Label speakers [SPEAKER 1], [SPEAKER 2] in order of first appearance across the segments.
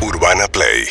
[SPEAKER 1] Urbana Play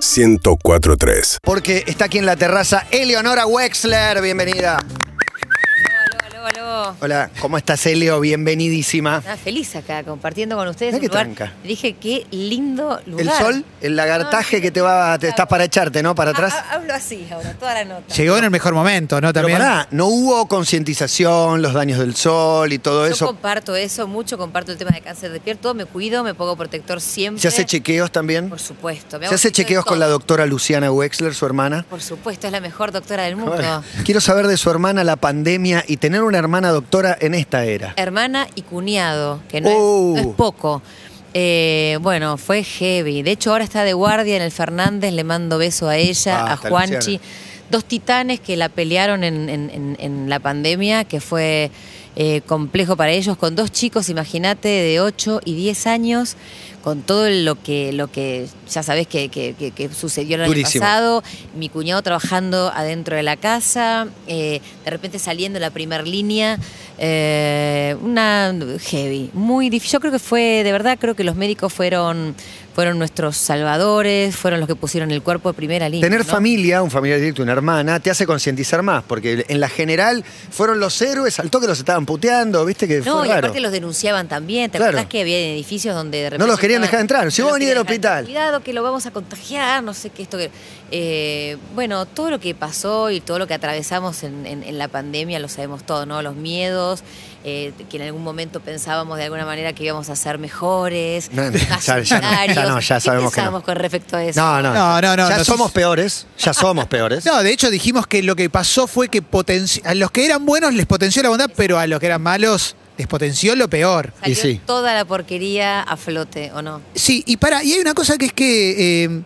[SPEAKER 1] 104.3
[SPEAKER 2] Porque está aquí en la terraza Eleonora Wexler, bienvenida.
[SPEAKER 3] Aló, aló, aló.
[SPEAKER 2] Hola, ¿cómo estás, Eleo? Bienvenidísima.
[SPEAKER 3] Estaba feliz acá compartiendo con ustedes.
[SPEAKER 2] Mirá
[SPEAKER 3] un
[SPEAKER 2] qué
[SPEAKER 3] lugar.
[SPEAKER 2] tranca.
[SPEAKER 3] Dije qué lindo lugar.
[SPEAKER 2] ¿El sol? ¿El lagartaje que te va, te estás para echarte, no?
[SPEAKER 3] Ah,
[SPEAKER 2] Para atrás.
[SPEAKER 3] Ha- ha- hablo así ahora, toda la nota.
[SPEAKER 4] Llegó en el mejor momento, ¿no?
[SPEAKER 2] Pero
[SPEAKER 4] También.
[SPEAKER 2] pará, no hubo concientización, los daños del sol y todo
[SPEAKER 3] Yo
[SPEAKER 2] eso.
[SPEAKER 3] comparto eso mucho, comparto el tema de cáncer de piel, todo me cuido, me pongo protector siempre.
[SPEAKER 2] ¿Se hace chequeos también?
[SPEAKER 3] Por supuesto. me
[SPEAKER 2] ¿Se
[SPEAKER 3] hago
[SPEAKER 2] hace
[SPEAKER 3] chequeo de
[SPEAKER 2] chequeos con la
[SPEAKER 3] todo.
[SPEAKER 2] doctora Luciana Wexler, su hermana?
[SPEAKER 3] Por supuesto, es la mejor doctora del mundo.
[SPEAKER 2] Bueno, Quiero saber de su hermana la pandemia y tener una hermana doctora en esta era.
[SPEAKER 3] Hermana y cuñado, que no,
[SPEAKER 2] Oh.
[SPEAKER 3] es, no es poco. Eh, bueno, fue heavy. De hecho, ahora está de guardia en el Fernández. Le mando beso a ella,
[SPEAKER 2] Ah,
[SPEAKER 3] a
[SPEAKER 2] hasta
[SPEAKER 3] Juanchi.
[SPEAKER 2] Luciana.
[SPEAKER 3] Dos titanes que la pelearon en, en- en- en la pandemia, que fue eh, complejo para ellos, con dos chicos, imagínate, de 8 y 10 años, con todo lo que, lo que ya sabés que, que- que- que sucedió en el año
[SPEAKER 2] Durísimo.
[SPEAKER 3] pasado, mi cuñado trabajando adentro de la casa, eh, de repente saliendo de la primera línea, eh, una heavy, muy difícil. Yo creo que fue, de verdad, creo que los médicos fueron, fueron nuestros salvadores, fueron los que pusieron el cuerpo de primera línea.
[SPEAKER 2] Tener
[SPEAKER 3] ¿no?
[SPEAKER 2] familia, un familiar directo, una hermana, te hace concientizar más, porque en la general fueron los héroes, al toque los estaban puteando, viste que
[SPEAKER 3] No,
[SPEAKER 2] fue
[SPEAKER 3] y
[SPEAKER 2] raro.
[SPEAKER 3] aparte los denunciaban también. ¿Te
[SPEAKER 2] Claro.
[SPEAKER 3] acuerdas que había edificios donde de repente
[SPEAKER 2] los querían
[SPEAKER 3] estaban-
[SPEAKER 2] dejar entrar. Si
[SPEAKER 3] no
[SPEAKER 2] vos
[SPEAKER 3] los
[SPEAKER 2] venís
[SPEAKER 3] querían
[SPEAKER 2] del
[SPEAKER 3] dejar-
[SPEAKER 2] hospital.
[SPEAKER 3] Cuidado que lo vamos a contagiar, no sé qué esto que. Eh, bueno, todo lo que pasó y todo lo que atravesamos en, en- en la pandemia lo sabemos todo, ¿no? Los miedos, eh, que en algún momento pensábamos de alguna manera que íbamos a ser mejores,
[SPEAKER 2] No, no,
[SPEAKER 3] más
[SPEAKER 2] ya- ya no, ya
[SPEAKER 3] solidarios.
[SPEAKER 2] no, ya
[SPEAKER 3] ¿Qué
[SPEAKER 2] sabemos que no.
[SPEAKER 3] pensamos con respecto a eso?
[SPEAKER 2] No, no,
[SPEAKER 4] No, no, no,
[SPEAKER 2] Ya
[SPEAKER 4] no,
[SPEAKER 2] somos
[SPEAKER 4] sí.
[SPEAKER 2] peores, ya somos peores.
[SPEAKER 4] No, de hecho dijimos que lo que pasó fue que potenci- a los que eran buenos les potenció la bondad, pero a los que eran malos les potenció lo peor.
[SPEAKER 3] Salió
[SPEAKER 2] y sí.
[SPEAKER 3] toda la porquería a flote, ¿o no?
[SPEAKER 4] Sí, y para, y hay una cosa que es que eh,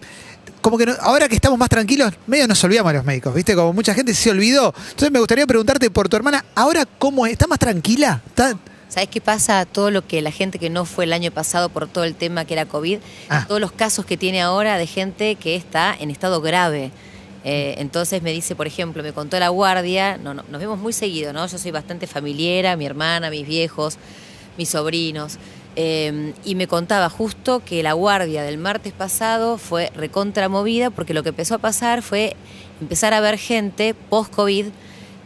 [SPEAKER 4] como que no- ahora que estamos más tranquilos, medio nos olvidamos de los médicos, ¿viste? Como mucha gente se olvidó. Entonces me gustaría preguntarte por tu hermana, ahora cómo es? está más tranquila? ¿Está-
[SPEAKER 3] ¿Sabes qué pasa? Todo lo que la gente que no fue el año pasado por todo el tema que era COVID,
[SPEAKER 4] Ah.
[SPEAKER 3] todos los casos que tiene ahora de gente que está en estado grave. Eh, entonces me dice, por ejemplo, me contó la guardia, no, no, nos vemos muy seguido, ¿no? Yo soy bastante familiera, mi hermana, mis viejos, mis sobrinos. Eh, y me contaba justo que la guardia del martes pasado fue recontramovida porque lo que empezó a pasar fue empezar a ver gente post-COVID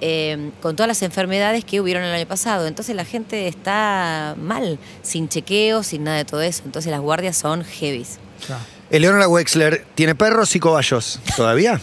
[SPEAKER 3] eh, con todas las enfermedades que hubieron el año pasado. Entonces la gente está mal, sin chequeos, sin nada de todo eso. Entonces las guardias son heavies.
[SPEAKER 2] Ah. Eleonora Wexler tiene perros y cobayos. ¿Todavía?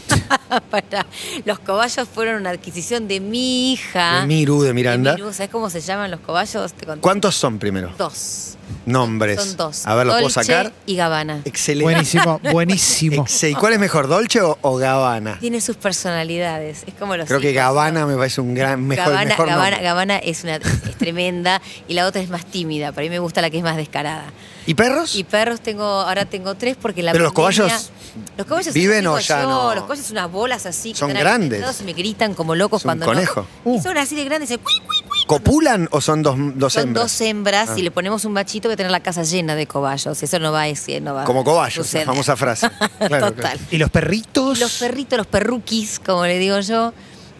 [SPEAKER 3] Para, los cobayos fueron una adquisición de mi hija.
[SPEAKER 2] De Miru de Miranda.
[SPEAKER 3] Ah. De Miru. ¿Sabes cómo se llaman los cobayos? Te conté.
[SPEAKER 2] ¿Cuántos son primero?
[SPEAKER 3] Dos.
[SPEAKER 2] Nombres.
[SPEAKER 3] Son dos.
[SPEAKER 2] A ver, ¿los puedo
[SPEAKER 3] Dolce
[SPEAKER 2] sacar? Eh.
[SPEAKER 3] Y Gabbana.
[SPEAKER 2] Excelente.
[SPEAKER 4] Buenísimo, buenísimo.
[SPEAKER 2] Exe- ¿Y cuál es mejor, Dolce o, o Gabbana?
[SPEAKER 3] Tiene sus personalidades. Es como los
[SPEAKER 2] Creo que
[SPEAKER 3] hijos,
[SPEAKER 2] Gabbana
[SPEAKER 3] ¿no?
[SPEAKER 2] me parece un gran mejor,
[SPEAKER 3] Gabbana,
[SPEAKER 2] mejor
[SPEAKER 3] Gabbana-
[SPEAKER 2] nombre.
[SPEAKER 3] Gabbana es una es tremenda y la otra es más tímida. Para mí me gusta la que es más descarada.
[SPEAKER 2] ¿Y perros?
[SPEAKER 3] Y perros tengo, ahora tengo tres porque la
[SPEAKER 2] Pero los
[SPEAKER 3] pandemia-
[SPEAKER 2] cobayos
[SPEAKER 3] los cobayos
[SPEAKER 2] viven
[SPEAKER 3] digo
[SPEAKER 2] o ya
[SPEAKER 3] yo,
[SPEAKER 2] no.
[SPEAKER 3] Los cobayos son unas bolas así. que
[SPEAKER 2] Son
[SPEAKER 3] están
[SPEAKER 2] grandes.
[SPEAKER 3] alimentados Y me gritan como locos
[SPEAKER 2] Es un
[SPEAKER 3] cuando
[SPEAKER 2] conejo.
[SPEAKER 3] no. Y
[SPEAKER 4] Uh.
[SPEAKER 3] son así de grandes. se- ¡cuic, cuic, cuic!
[SPEAKER 2] ¿Copulan o son dos, dos
[SPEAKER 3] Son
[SPEAKER 2] hembras?
[SPEAKER 3] dos hembras
[SPEAKER 2] Ah.
[SPEAKER 3] y le ponemos un machito que tener la casa llena de cobayos. Eso no va a decir, no va. a
[SPEAKER 2] Como cobayos, la
[SPEAKER 3] suceder.
[SPEAKER 2] famosa frase. Claro,
[SPEAKER 3] Total.
[SPEAKER 4] ¿Y los perritos?
[SPEAKER 3] Los perritos, los perruquis, como le digo yo.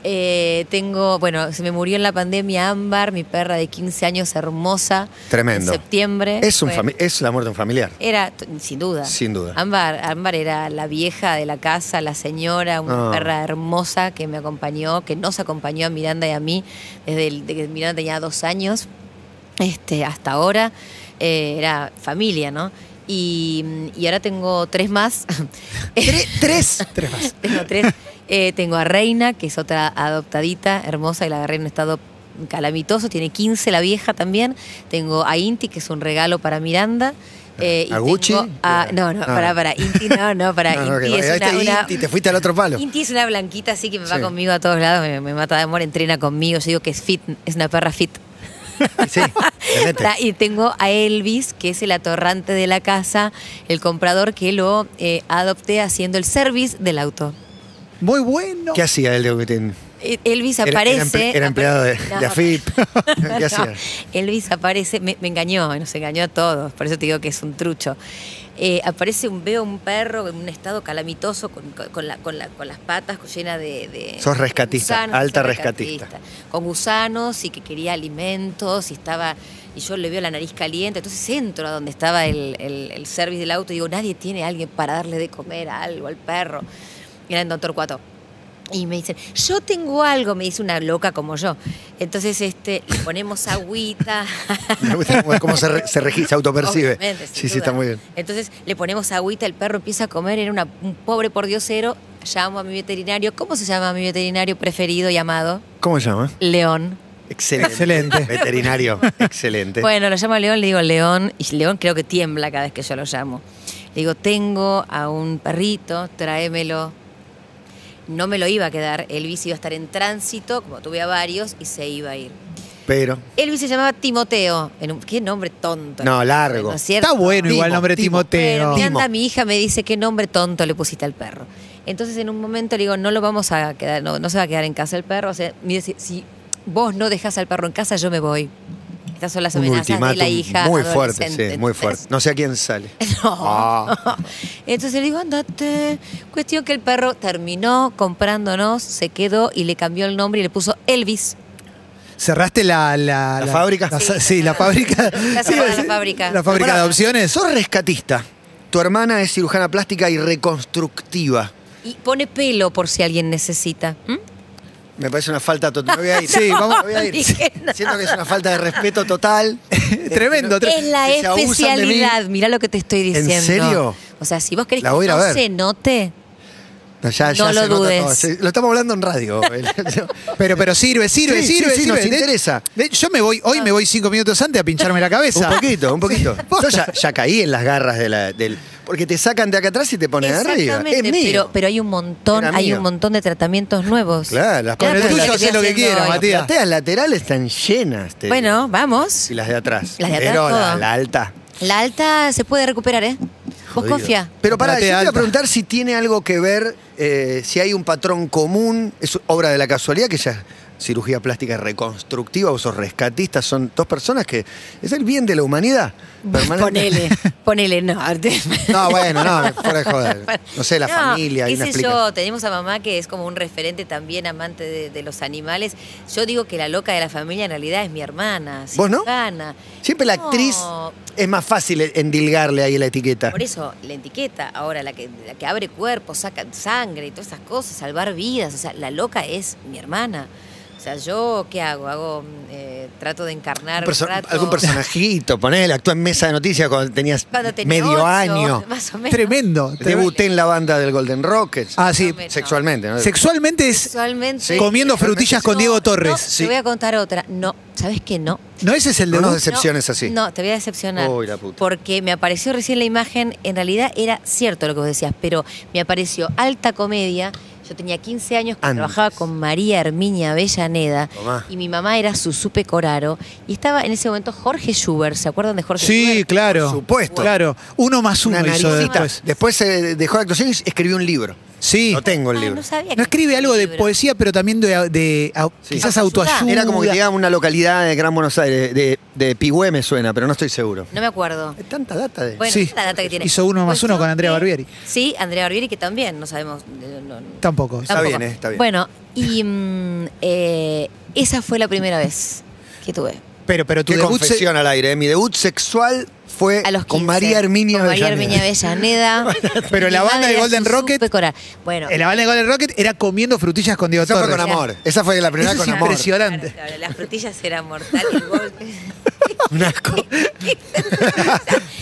[SPEAKER 3] Eh, tengo, bueno, se me murió en la pandemia Ámbar, mi perra de 15 años hermosa.
[SPEAKER 2] Tremendo.
[SPEAKER 3] En septiembre.
[SPEAKER 2] Es, un
[SPEAKER 3] Fue-
[SPEAKER 2] fami- es la muerte de un familiar.
[SPEAKER 3] Era, t- sin duda.
[SPEAKER 2] Sin duda.
[SPEAKER 3] Ámbar, Ámbar era la vieja de la casa, la señora, una
[SPEAKER 2] Ah.
[SPEAKER 3] perra hermosa que me acompañó, que nos acompañó a Miranda y a mí desde el- de que Miranda tenía dos años este, hasta ahora. Eh, era familia, ¿no? Y, y ahora tengo tres más.
[SPEAKER 2] Tre- tres.
[SPEAKER 4] Tres más.
[SPEAKER 3] Tengo tres. Eh, tengo a Reina, que es otra adoptadita, hermosa, y la agarré en un estado calamitoso. Tiene 15 la vieja también. Tengo a Inti, que es un regalo para Miranda. Eh, y
[SPEAKER 2] Ah, ¿A Gucci?
[SPEAKER 3] tengo a- no, no,
[SPEAKER 2] Ah.
[SPEAKER 3] para, para. Inti, no, no, para.
[SPEAKER 2] No, no, que-
[SPEAKER 3] Inti Ah, es
[SPEAKER 2] ahí
[SPEAKER 3] una-
[SPEAKER 2] te-
[SPEAKER 3] una-
[SPEAKER 2] Inti, te fuiste al otro palo.
[SPEAKER 3] Inti es una blanquita así que me va
[SPEAKER 2] Sí.
[SPEAKER 3] conmigo a todos lados, me, me mata de amor, entrena conmigo. Yo digo que es fit, es una perra fit.
[SPEAKER 2] Sí, le mete.
[SPEAKER 3] Pará, Y tengo a Elvis, que es el atorrante de la casa, el comprador que lo eh, adopté haciendo el service del auto.
[SPEAKER 4] Muy bueno.
[SPEAKER 2] ¿Qué hacía el de Oquitín?
[SPEAKER 3] E-, Elvis
[SPEAKER 2] Era-
[SPEAKER 3] aparece.
[SPEAKER 2] Era, emple- era empleado de,
[SPEAKER 3] No,
[SPEAKER 2] de AFIP. ¿Qué
[SPEAKER 3] no.
[SPEAKER 2] hacía?
[SPEAKER 3] Elvis aparece, me, me engañó, nos engañó a todos, por eso te digo que es un trucho. eh, aparece un veo un perro en un estado calamitoso con, con, la- con la- con las patas llenas de, de-
[SPEAKER 2] Sos rescatista, alta rescatista.
[SPEAKER 3] Con gusanos y que quería alimentos y estaba. Y yo le veo la nariz caliente, entonces entro a donde estaba el, el, el service del auto y digo, nadie tiene a alguien para darle de comer a algo al perro. Y era el doctor Cuato. Y me dicen, yo tengo algo, me dice una loca como yo. Entonces este, le ponemos agüita.
[SPEAKER 2] Me gusta cómo- cómo se, re- se, regi- se autopercibe.
[SPEAKER 3] Obviamente, sin
[SPEAKER 2] Sí, sí,
[SPEAKER 3] duda.
[SPEAKER 2] está muy bien.
[SPEAKER 3] Entonces le ponemos agüita, el perro empieza a comer, era una- un pobre pordiosero. Llamo a mi veterinario. ¿Cómo se llama mi veterinario preferido y amado?
[SPEAKER 2] ¿Cómo se llama?
[SPEAKER 3] León.
[SPEAKER 2] Excelente.
[SPEAKER 4] Excelente.
[SPEAKER 2] Veterinario. Excelente.
[SPEAKER 3] Bueno, lo llamo a León, le digo León, y León creo que tiembla cada vez que yo lo llamo. Le digo, tengo a un perrito, tráemelo. No me lo iba a quedar, Elvis iba a estar en tránsito, como tuve a varios, y se iba a ir.
[SPEAKER 2] Pero.
[SPEAKER 3] Elvis se llamaba Timoteo. En un- qué nombre tonto.
[SPEAKER 2] No, largo.
[SPEAKER 3] ¿No es cierto?
[SPEAKER 4] Está bueno igual el
[SPEAKER 2] Timo,
[SPEAKER 4] nombre
[SPEAKER 2] Timo.
[SPEAKER 4] Timoteo.
[SPEAKER 3] Pero me
[SPEAKER 2] Timo.
[SPEAKER 3] anda mi hija, me dice qué nombre tonto le pusiste al perro. Entonces en un momento le digo, no lo vamos a quedar, no, no se va a quedar en casa el perro. O sea, mire, si, si vos no dejas al perro en casa, yo me voy. Estas son las
[SPEAKER 2] Un
[SPEAKER 3] amenazas de la
[SPEAKER 2] ultimátum
[SPEAKER 3] hija.
[SPEAKER 2] muy fuerte, sí,
[SPEAKER 3] adolescente.
[SPEAKER 2] muy fuerte. No sé a quién sale.
[SPEAKER 3] No.
[SPEAKER 2] Ah.
[SPEAKER 3] Entonces le digo, andate. Cuestión que el perro terminó comprándonos, se quedó y le cambió el nombre y le puso Elvis.
[SPEAKER 4] ¿Cerraste la, la,
[SPEAKER 2] ¿La fábrica?
[SPEAKER 4] la- sí, la fábrica.
[SPEAKER 3] Ya
[SPEAKER 4] Sí,
[SPEAKER 3] cerrada
[SPEAKER 4] sí.
[SPEAKER 3] la fábrica.
[SPEAKER 4] La fábrica de
[SPEAKER 2] Pará,
[SPEAKER 4] opciones.
[SPEAKER 2] Sos rescatista. Tu hermana es cirujana plástica y reconstructiva.
[SPEAKER 3] Y pone pelo por si alguien necesita. ¿Mm?
[SPEAKER 2] Me parece una falta total. Me voy a ir.
[SPEAKER 4] Sí, vamos-
[SPEAKER 2] Me voy a ir.
[SPEAKER 3] dije nada.
[SPEAKER 2] Siento que es una falta de respeto total. Eh,
[SPEAKER 4] Tremendo.
[SPEAKER 3] Es la
[SPEAKER 2] que se abusan de mí.
[SPEAKER 3] especialidad, mirá lo que te estoy
[SPEAKER 2] ¿En
[SPEAKER 3] diciendo.
[SPEAKER 2] serio?
[SPEAKER 3] O sea, si vos querés
[SPEAKER 2] La
[SPEAKER 3] que
[SPEAKER 2] voy a ir a
[SPEAKER 3] no
[SPEAKER 2] ver.
[SPEAKER 3] se note,
[SPEAKER 2] No, ya- ya
[SPEAKER 3] No lo
[SPEAKER 2] se nota
[SPEAKER 3] dudes.
[SPEAKER 2] todo. Sí, Lo estamos hablando en radio.
[SPEAKER 4] Pero, pero sirve, sirve,
[SPEAKER 2] Sí, sí,
[SPEAKER 4] sirve.
[SPEAKER 2] sí,
[SPEAKER 4] sirve.
[SPEAKER 2] nos
[SPEAKER 4] De-
[SPEAKER 2] interesa.
[SPEAKER 4] de- yo me voy, hoy me voy cinco minutos antes a pincharme la cabeza.
[SPEAKER 2] un poquito, un poquito. Yo ya, ya caí en las garras de la- del. Porque te sacan de acá atrás y te ponen arriba. Es
[SPEAKER 3] Exactamente,
[SPEAKER 2] mío.
[SPEAKER 3] pero, pero hay un montón,
[SPEAKER 2] Era
[SPEAKER 3] hay
[SPEAKER 2] mío.
[SPEAKER 3] un montón de tratamientos nuevos.
[SPEAKER 2] Claro, las
[SPEAKER 4] Con el
[SPEAKER 3] pero
[SPEAKER 4] tuyo
[SPEAKER 3] estoy
[SPEAKER 4] hacés lo que
[SPEAKER 3] haciendo
[SPEAKER 4] quieras,
[SPEAKER 3] hoy.
[SPEAKER 4] Matías.
[SPEAKER 2] Las plateas laterales están llenas. te
[SPEAKER 3] Bueno, vamos.
[SPEAKER 2] digo. Y las de atrás.
[SPEAKER 3] Las de atrás,
[SPEAKER 2] Pero la,
[SPEAKER 3] todo.
[SPEAKER 2] la alta.
[SPEAKER 3] La alta se puede recuperar, ¿eh? Vos
[SPEAKER 2] Jodido.
[SPEAKER 3] confía.
[SPEAKER 2] Pero para, yo te
[SPEAKER 4] Platea
[SPEAKER 2] iba a
[SPEAKER 4] alta.
[SPEAKER 2] preguntar si tiene algo que ver, eh, si hay un patrón común, es obra de la casualidad, que ya es cirugía plástica reconstructiva, vos sos rescatista, son dos personas que es el bien de la humanidad. permanente.
[SPEAKER 3] Ponele, ponele, no.
[SPEAKER 2] No, bueno, no, fuera de joder. No sé, la familia, hay
[SPEAKER 3] qué
[SPEAKER 2] una
[SPEAKER 3] sé
[SPEAKER 2] explicación.
[SPEAKER 3] yo, tenemos a mamá que es como un referente también amante de, de los animales. Yo digo que la loca de la familia en realidad es mi hermana.
[SPEAKER 2] ¿Vos no?
[SPEAKER 3] cirujana.
[SPEAKER 2] Siempre la
[SPEAKER 3] No.
[SPEAKER 2] actriz es más fácil endilgarle ahí la etiqueta.
[SPEAKER 3] Por eso, la etiqueta, ahora la que, la que abre cuerpos, saca sangre y todas esas cosas, salvar vidas, o sea, la loca es mi hermana. O sea, yo, ¿qué hago? Hago, mm, eh, trato de encarnar...
[SPEAKER 2] Un perso-
[SPEAKER 3] trato-
[SPEAKER 2] algún personajito, ponele, actúa en mesa de noticias cuando tenías
[SPEAKER 3] Cuando tenía
[SPEAKER 2] medio
[SPEAKER 3] ocho,
[SPEAKER 2] año.
[SPEAKER 3] Más o menos.
[SPEAKER 4] Tremendo.
[SPEAKER 2] Debuté en la banda del Golden Rockets.
[SPEAKER 4] Ah, sí.
[SPEAKER 3] Tremendo.
[SPEAKER 2] Sexualmente, ¿no?
[SPEAKER 4] Sexualmente es
[SPEAKER 3] Sexualmente...
[SPEAKER 2] Sí.
[SPEAKER 4] comiendo frutillas con
[SPEAKER 3] No,
[SPEAKER 4] Diego
[SPEAKER 3] no,
[SPEAKER 4] Torres.
[SPEAKER 3] Te voy a contar otra. No, ¿sabes qué? No.
[SPEAKER 4] ¿No ese es el
[SPEAKER 2] No, no,
[SPEAKER 4] debut?
[SPEAKER 2] es- Decepciones
[SPEAKER 3] No,
[SPEAKER 2] así.
[SPEAKER 3] No, te voy a decepcionar.
[SPEAKER 2] Uy, la puta.
[SPEAKER 3] Porque me apareció recién la imagen, en realidad era cierto lo que vos decías, pero me apareció alta comedia. Yo tenía 15 años que
[SPEAKER 2] Antes.
[SPEAKER 3] trabajaba con María Herminia Avellaneda
[SPEAKER 2] Tomá.
[SPEAKER 3] y mi mamá era Susupe Coraro y estaba en ese momento Jorge Schubert, ¿se acuerdan de Jorge
[SPEAKER 4] Sí,
[SPEAKER 3] Schubert?
[SPEAKER 4] claro.
[SPEAKER 2] Por supuesto.
[SPEAKER 4] Claro. Uno más uno
[SPEAKER 2] Una
[SPEAKER 4] hizo
[SPEAKER 2] naricita.
[SPEAKER 4] después.
[SPEAKER 2] Después. se dejó la actuación y escribió un libro.
[SPEAKER 4] Sí.
[SPEAKER 2] No tengo el
[SPEAKER 3] Ah,
[SPEAKER 2] libro.
[SPEAKER 3] no sabía que
[SPEAKER 4] No escribe
[SPEAKER 3] tenía
[SPEAKER 4] algo de
[SPEAKER 3] libro.
[SPEAKER 4] poesía, pero también de, de- au-
[SPEAKER 2] Sí.
[SPEAKER 4] quizás
[SPEAKER 3] Autoayuda.
[SPEAKER 4] autoayuda.
[SPEAKER 2] Era como que llegaba a una localidad de Gran Buenos Aires, de, de Pigüé me suena, pero no estoy seguro.
[SPEAKER 3] No me acuerdo.
[SPEAKER 2] Hay tanta data de...
[SPEAKER 3] Bueno,
[SPEAKER 4] Sí.
[SPEAKER 3] esa es la data que tiene.
[SPEAKER 4] Hizo uno más
[SPEAKER 3] Cuestión
[SPEAKER 4] uno con Andrea
[SPEAKER 3] que-
[SPEAKER 4] Barbieri.
[SPEAKER 3] Sí, Andrea Barbieri, que también no sabemos. eh, no- no-
[SPEAKER 4] Tampoco.
[SPEAKER 2] Está
[SPEAKER 3] Tampoco.
[SPEAKER 2] bien, eh, está bien.
[SPEAKER 3] Bueno, y mm, eh, esa fue la primera vez que tuve.
[SPEAKER 4] Pero, pero tu
[SPEAKER 2] Qué
[SPEAKER 4] debut. se-
[SPEAKER 2] confesión al aire. eh. Mi debut sexual fue
[SPEAKER 3] A los 15,
[SPEAKER 2] Eh, con María Herminia
[SPEAKER 3] Con María
[SPEAKER 2] Avellaneda.
[SPEAKER 3] Herminia Avellaneda.
[SPEAKER 4] Pero
[SPEAKER 3] Mi
[SPEAKER 4] la banda
[SPEAKER 3] madre
[SPEAKER 4] de Golden
[SPEAKER 3] hace un
[SPEAKER 4] Rocket-
[SPEAKER 3] supe coral. Bueno,
[SPEAKER 4] En la banda de Golden Rocket era comiendo frutillas con Diego
[SPEAKER 2] Esa fue
[SPEAKER 4] Torres.
[SPEAKER 2] con amor. Esa fue la primera
[SPEAKER 4] Eso es
[SPEAKER 2] con amor.
[SPEAKER 4] impresionante. Llorante.
[SPEAKER 3] Claro, claro, las frutillas eran mortales. el gol-
[SPEAKER 2] Un asco.
[SPEAKER 3] Qué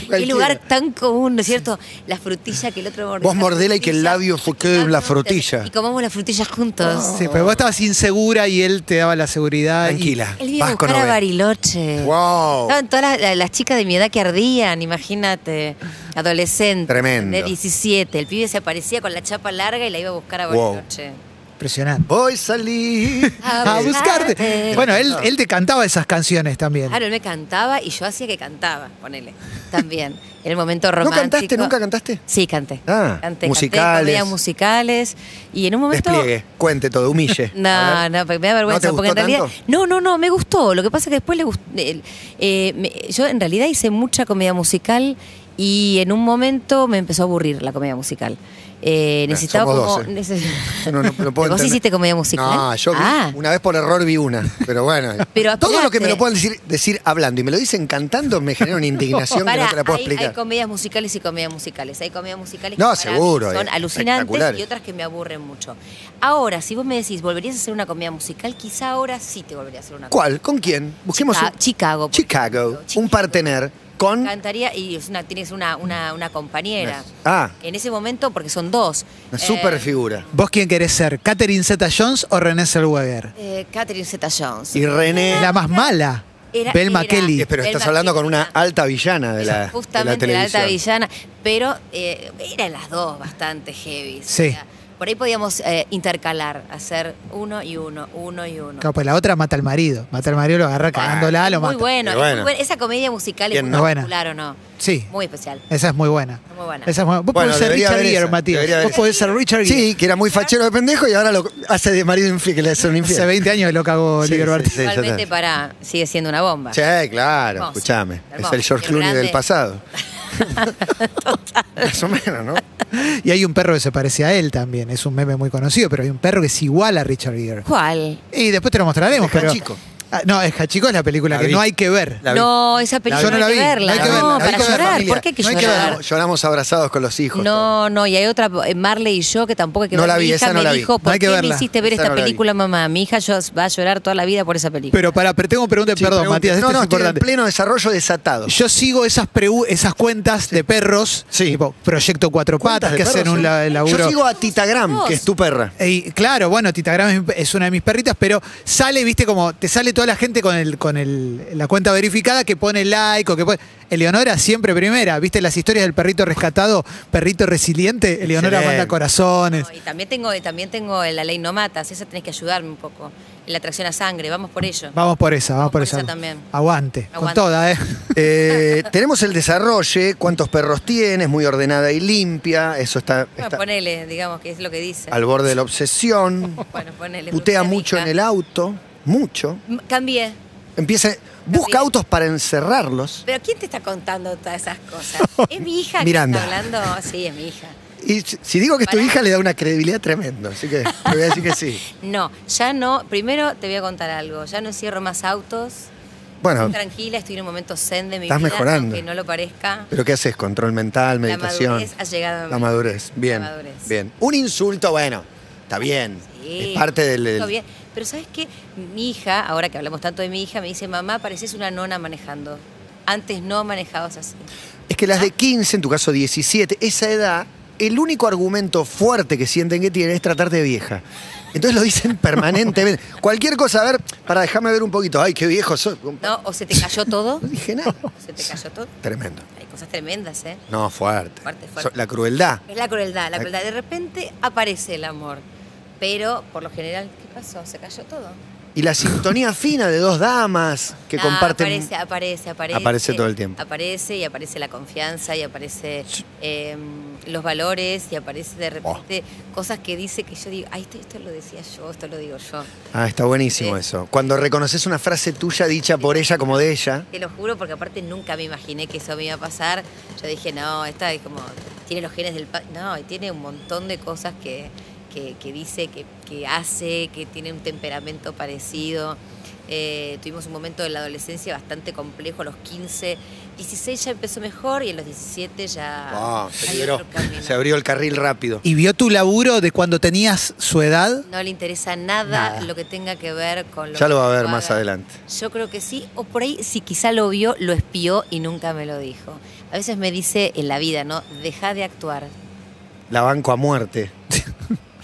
[SPEAKER 2] Cualquiera.
[SPEAKER 3] lugar tan común, ¿no es cierto? La frutilla que el otro mordió. Ah,
[SPEAKER 2] Vos mordela y que el labio fue que la frutilla.
[SPEAKER 3] Y comamos las frutillas juntos.
[SPEAKER 4] Sí, pero vos estabas insegura y él te daba la seguridad. y-
[SPEAKER 2] Tranquila.
[SPEAKER 3] Él vino a
[SPEAKER 2] Vasco
[SPEAKER 3] buscar a
[SPEAKER 2] no ve.
[SPEAKER 3] Bariloche.
[SPEAKER 2] Wow.
[SPEAKER 3] Estaban todas las, las- las chicas de mi edad que ardían, imagínate. Adolescente.
[SPEAKER 2] Tremendo.
[SPEAKER 3] De 17. El pibe se aparecía con la chapa larga y la iba a buscar a
[SPEAKER 2] Wow.
[SPEAKER 3] Bariloche.
[SPEAKER 4] Impresionante.
[SPEAKER 2] Voy a salir. Ah,
[SPEAKER 4] A buscarte. Bueno, él, él te cantaba esas canciones también.
[SPEAKER 3] Claro, él me cantaba y yo hacía que cantaba, ponele. También. En el momento
[SPEAKER 2] ¿No
[SPEAKER 3] romántico.
[SPEAKER 2] cantaste? ¿Nunca cantaste?
[SPEAKER 3] Sí, canté.
[SPEAKER 2] Ah,
[SPEAKER 3] canté,
[SPEAKER 2] musicales.
[SPEAKER 3] Canté comedias musicales. Y en un momento.
[SPEAKER 2] Despliegue, cuente todo, humille. A ver.
[SPEAKER 3] No, no, porque me da vergüenza.
[SPEAKER 2] ¿No te
[SPEAKER 3] porque en
[SPEAKER 2] gustó
[SPEAKER 3] realidad.
[SPEAKER 2] tanto?
[SPEAKER 3] No, no, no, me eh, gustó. Lo que pasa es que después le gustó. yo en realidad hice mucha comedia musical Y en un momento me empezó a aburrir la comedia musical. Eh, necesitaba
[SPEAKER 2] somos
[SPEAKER 3] como.
[SPEAKER 2] dos, ¿eh?
[SPEAKER 3] neces-
[SPEAKER 2] Yo no- no- no puedo
[SPEAKER 3] Vos
[SPEAKER 2] entender.
[SPEAKER 3] hiciste comedia musical.
[SPEAKER 2] No, yo
[SPEAKER 3] Ah.
[SPEAKER 2] una vez por error vi una, pero bueno.
[SPEAKER 3] Pero
[SPEAKER 2] todo lo que me
[SPEAKER 3] apelaste.
[SPEAKER 2] lo puedan decir, decir hablando y me lo dicen cantando me genera una indignación que
[SPEAKER 3] Pará,
[SPEAKER 2] no te la puedo
[SPEAKER 3] hay,
[SPEAKER 2] explicar.
[SPEAKER 3] hay comedias musicales y comedias musicales. Hay comedias musicales
[SPEAKER 2] No,
[SPEAKER 3] que para mí
[SPEAKER 2] seguro,
[SPEAKER 3] son
[SPEAKER 2] eh,
[SPEAKER 3] alucinantes
[SPEAKER 2] espectaculares.
[SPEAKER 3] y otras que me aburren mucho. Ahora, si vos me decís, ¿volverías a hacer una comedia musical? Quizá ahora sí te volvería a hacer una
[SPEAKER 2] ¿Cuál? ¿Con quién? Busquemos
[SPEAKER 3] Chica- pues.
[SPEAKER 2] un-
[SPEAKER 3] Chicago, por
[SPEAKER 2] Chicago,
[SPEAKER 3] ejemplo.
[SPEAKER 2] un
[SPEAKER 3] Chicago.
[SPEAKER 2] partener con
[SPEAKER 3] Cantaría y es una- tienes una, una, una compañera.
[SPEAKER 2] Ah.
[SPEAKER 3] En ese momento, porque son dos.
[SPEAKER 2] una
[SPEAKER 3] Eh,
[SPEAKER 2] super figura.
[SPEAKER 4] ¿Vos quién querés ser? ¿Catherine Zeta Jones o René Zellweger?
[SPEAKER 3] eh, Catherine Zeta Jones.
[SPEAKER 2] Y
[SPEAKER 3] Eh,
[SPEAKER 2] René.
[SPEAKER 4] La más mala.
[SPEAKER 3] Era-
[SPEAKER 4] Belma
[SPEAKER 3] era-
[SPEAKER 4] Kelly.
[SPEAKER 2] Eh, pero estás
[SPEAKER 3] Belma
[SPEAKER 2] hablando con una
[SPEAKER 3] Gilda.
[SPEAKER 2] alta villana de la, de la
[SPEAKER 3] justamente la,
[SPEAKER 2] televisión.
[SPEAKER 3] alta villana, pero eh, eran las dos bastante heavy. o
[SPEAKER 4] Sí.
[SPEAKER 3] sea, por ahí podíamos eh, intercalar, hacer uno y uno, uno y uno.
[SPEAKER 4] Claro, pues la otra mata al marido. Mata al marido, lo agarra cagándola, lo
[SPEAKER 3] muy
[SPEAKER 4] mata.
[SPEAKER 2] Pero
[SPEAKER 3] bueno, es muy
[SPEAKER 2] bueno.
[SPEAKER 3] bueno. esa comedia musical es
[SPEAKER 2] Bien,
[SPEAKER 3] muy
[SPEAKER 4] ¿no? Buena.
[SPEAKER 3] popular o no,
[SPEAKER 4] Sí,
[SPEAKER 3] muy especial.
[SPEAKER 4] esa es muy buena.
[SPEAKER 3] Muy buena.
[SPEAKER 4] Esa es muy- Vos
[SPEAKER 2] Bueno,
[SPEAKER 4] podés ser
[SPEAKER 2] debería
[SPEAKER 4] Richard
[SPEAKER 2] haber
[SPEAKER 4] Gere,
[SPEAKER 2] esa,
[SPEAKER 4] Matías.
[SPEAKER 2] debería haber
[SPEAKER 4] Vos podés ser Richard Gere.
[SPEAKER 2] Sí, que era muy fachero de pendejo y ahora lo hace de marido infiel, que le hace un infiel.
[SPEAKER 4] Hace 20 años lo cagó
[SPEAKER 2] Sí,
[SPEAKER 4] Oliver
[SPEAKER 2] sí,
[SPEAKER 4] Barty.
[SPEAKER 2] sí, ya está.
[SPEAKER 3] Igualmente para, sigue siendo una bomba.
[SPEAKER 2] Sí, claro,
[SPEAKER 3] Hermoso,
[SPEAKER 2] escúchame. Es
[SPEAKER 3] hermoso.
[SPEAKER 2] el George
[SPEAKER 3] El
[SPEAKER 2] Clooney
[SPEAKER 3] grande.
[SPEAKER 2] del pasado. Más o menos, ¿no?
[SPEAKER 4] Y hay un perro que se parece a él también. Es un meme muy conocido, pero hay un perro que es igual a Richard Gere.
[SPEAKER 3] ¿Cuál?
[SPEAKER 4] Y después te lo mostraremos.
[SPEAKER 2] Es
[SPEAKER 4] pero...
[SPEAKER 2] Hachiko.
[SPEAKER 4] Ah, no, es Hachico es la película
[SPEAKER 2] La
[SPEAKER 4] que
[SPEAKER 2] vi.
[SPEAKER 4] no hay que ver.
[SPEAKER 2] La vi.
[SPEAKER 3] no, esa película
[SPEAKER 4] Yo no
[SPEAKER 3] no
[SPEAKER 4] la
[SPEAKER 3] hay
[SPEAKER 4] vi,
[SPEAKER 3] que verla.
[SPEAKER 4] no hay que
[SPEAKER 3] No,
[SPEAKER 4] verla, la vi
[SPEAKER 3] para
[SPEAKER 4] con la
[SPEAKER 3] llorar.
[SPEAKER 4] familia.
[SPEAKER 3] ¿Por qué hay que
[SPEAKER 4] No hay que
[SPEAKER 3] llorar?
[SPEAKER 4] verla.
[SPEAKER 2] Lloramos, lloramos abrazados con los hijos. todo.
[SPEAKER 3] No, no, y hay otra, eh, Marley y yo, que tampoco hay que
[SPEAKER 2] No
[SPEAKER 3] ver.
[SPEAKER 2] la
[SPEAKER 3] Mi
[SPEAKER 2] vi,
[SPEAKER 3] hija
[SPEAKER 2] esa no
[SPEAKER 3] me
[SPEAKER 2] la vi.
[SPEAKER 3] dijo,
[SPEAKER 4] No
[SPEAKER 3] ¿por
[SPEAKER 4] hay que
[SPEAKER 3] qué
[SPEAKER 4] verla.
[SPEAKER 3] me hiciste ver
[SPEAKER 2] Esa
[SPEAKER 3] esta
[SPEAKER 2] no la vi.
[SPEAKER 3] película, mamá? Mi hija yo- va a llorar toda la vida por esa película.
[SPEAKER 4] Pero para, pero tengo pregunta,
[SPEAKER 2] Sí,
[SPEAKER 4] perdón,
[SPEAKER 2] pregunta.
[SPEAKER 4] Matías, esto
[SPEAKER 2] no, no,
[SPEAKER 4] es
[SPEAKER 2] estoy
[SPEAKER 4] importante.
[SPEAKER 2] en pleno desarrollo desatado.
[SPEAKER 4] Yo sigo esas preu- esas cuentas de perros,
[SPEAKER 2] Sí.
[SPEAKER 4] tipo Proyecto Cuatro
[SPEAKER 2] ¿Cuántas
[SPEAKER 4] Patas,
[SPEAKER 2] de
[SPEAKER 4] que
[SPEAKER 2] perros
[SPEAKER 4] hacen un
[SPEAKER 2] son?
[SPEAKER 4] la- laburo.
[SPEAKER 2] Yo sigo a Titagram,
[SPEAKER 3] Vos.
[SPEAKER 2] que es tu perra.
[SPEAKER 4] Y claro, bueno, Titagram es, mi- es una de mis perritas, pero sale, viste, como te sale toda la gente con el con el, la cuenta verificada que pone like o que pone. Eleonora siempre primera, viste las historias del perrito rescatado, perrito resiliente. Eleonora
[SPEAKER 2] Excelente.
[SPEAKER 4] manda corazones.
[SPEAKER 3] No, y también tengo, eh, también tengo la ley no matas, esa tenés que ayudarme un poco. La atracción a sangre, vamos por ello.
[SPEAKER 4] Vamos por esa, vamos por,
[SPEAKER 3] por
[SPEAKER 4] esa.
[SPEAKER 3] esa también.
[SPEAKER 4] Aguante, con
[SPEAKER 3] Aguante.
[SPEAKER 4] toda, ¿eh?
[SPEAKER 2] Eh, tenemos el desarrollo, cuántos perros tienes, muy ordenada y limpia. Eso está,
[SPEAKER 3] Bueno,
[SPEAKER 2] está
[SPEAKER 3] ponele, digamos, que es lo que dice.
[SPEAKER 2] al borde de la obsesión.
[SPEAKER 3] Bueno, ponele.
[SPEAKER 2] Putea mucho en el auto, mucho.
[SPEAKER 3] auto. Cambié.
[SPEAKER 2] Empieza, busca
[SPEAKER 3] También.
[SPEAKER 2] autos para encerrarlos.
[SPEAKER 3] Pero ¿quién te está contando todas esas cosas? ¿Es mi hija que
[SPEAKER 2] Miranda.
[SPEAKER 3] está hablando? Sí, es mi hija.
[SPEAKER 2] Y si- si digo que es tu
[SPEAKER 3] Pará.
[SPEAKER 2] hija, le da una credibilidad tremenda. Así que te voy a decir que sí.
[SPEAKER 3] No, ya no. Primero te voy a contar algo. Ya no encierro más autos.
[SPEAKER 2] Bueno,
[SPEAKER 3] Tranquila, estoy en un momento zen de mi
[SPEAKER 2] Ah. Estás
[SPEAKER 3] vida.
[SPEAKER 2] mejorando.
[SPEAKER 3] Aunque no lo parezca.
[SPEAKER 2] ¿pero qué haces? Control mental,
[SPEAKER 3] La
[SPEAKER 2] meditación.
[SPEAKER 3] madurez ha llegado a
[SPEAKER 2] La
[SPEAKER 3] mí.
[SPEAKER 2] madurez, bien.
[SPEAKER 3] La madurez.
[SPEAKER 2] Bien. Un insulto, bueno, está bien.
[SPEAKER 3] Sí,
[SPEAKER 2] es parte del. del-
[SPEAKER 3] todo bien. Pero ¿sabes qué? Mi hija, ahora que hablamos tanto de mi hija, me dice, mamá, pareces una nona manejando. Antes no manejabas así.
[SPEAKER 2] Es que las
[SPEAKER 3] Ah.
[SPEAKER 2] de 15, en tu caso 17, esa edad, el único argumento fuerte que sienten que tienen es tratarte de vieja. Entonces lo dicen permanentemente. Cualquier cosa, a ver, para dejarme ver un poquito. Ay, qué viejo soy.
[SPEAKER 3] ¿No? ¿O se te cayó todo?
[SPEAKER 2] No dije nada.
[SPEAKER 3] ¿Se te cayó todo?
[SPEAKER 2] Tremendo.
[SPEAKER 3] Hay cosas tremendas, ¿eh?
[SPEAKER 2] No, fuerte.
[SPEAKER 3] Fuerte, fuerte.
[SPEAKER 2] So- La crueldad.
[SPEAKER 3] Es la crueldad, la
[SPEAKER 2] Ay.
[SPEAKER 3] crueldad. De repente aparece el amor. Pero, por lo general, ¿qué pasó? ¿Se cayó todo?
[SPEAKER 2] Y la sintonía fina de dos damas que
[SPEAKER 3] No,
[SPEAKER 2] comparten.
[SPEAKER 3] Ah, Aparece, aparece, aparece.
[SPEAKER 2] Aparece todo el tiempo.
[SPEAKER 3] Aparece y aparece la confianza y aparece eh, los valores y aparece de repente cosas que dice que yo digo, ay, esto, esto lo decía yo, esto lo digo yo.
[SPEAKER 2] Ah, está buenísimo
[SPEAKER 3] Sí.
[SPEAKER 2] eso. Cuando reconoces una frase tuya dicha por ella como de ella.
[SPEAKER 3] Te lo juro, porque aparte nunca me imaginé que eso me iba a pasar. Yo dije, no, esta es como, tiene los genes del... pa-". No, y tiene un montón de cosas que, que- que dice, que, que hace, que tiene un temperamento parecido. Eh, tuvimos un momento en la adolescencia bastante complejo, a los 15, 16 ya empezó mejor y en los 17 ya...
[SPEAKER 2] Ah, se
[SPEAKER 3] hay
[SPEAKER 2] liberó.
[SPEAKER 3] otro camino.
[SPEAKER 2] Se abrió el carril rápido.
[SPEAKER 4] ¿Y vio tu laburo de cuando tenías su edad?
[SPEAKER 3] No le interesa nada,
[SPEAKER 2] Nada.
[SPEAKER 3] lo que tenga que ver con lo
[SPEAKER 2] Ya
[SPEAKER 3] que
[SPEAKER 2] lo va a
[SPEAKER 3] yo
[SPEAKER 2] ver más
[SPEAKER 3] haga.
[SPEAKER 2] adelante.
[SPEAKER 3] Yo creo que sí, o por ahí si quizá lo vio, lo espió y nunca me lo dijo. A veces me dice en la vida, ¿no? Deja de actuar.
[SPEAKER 2] La banco a muerte.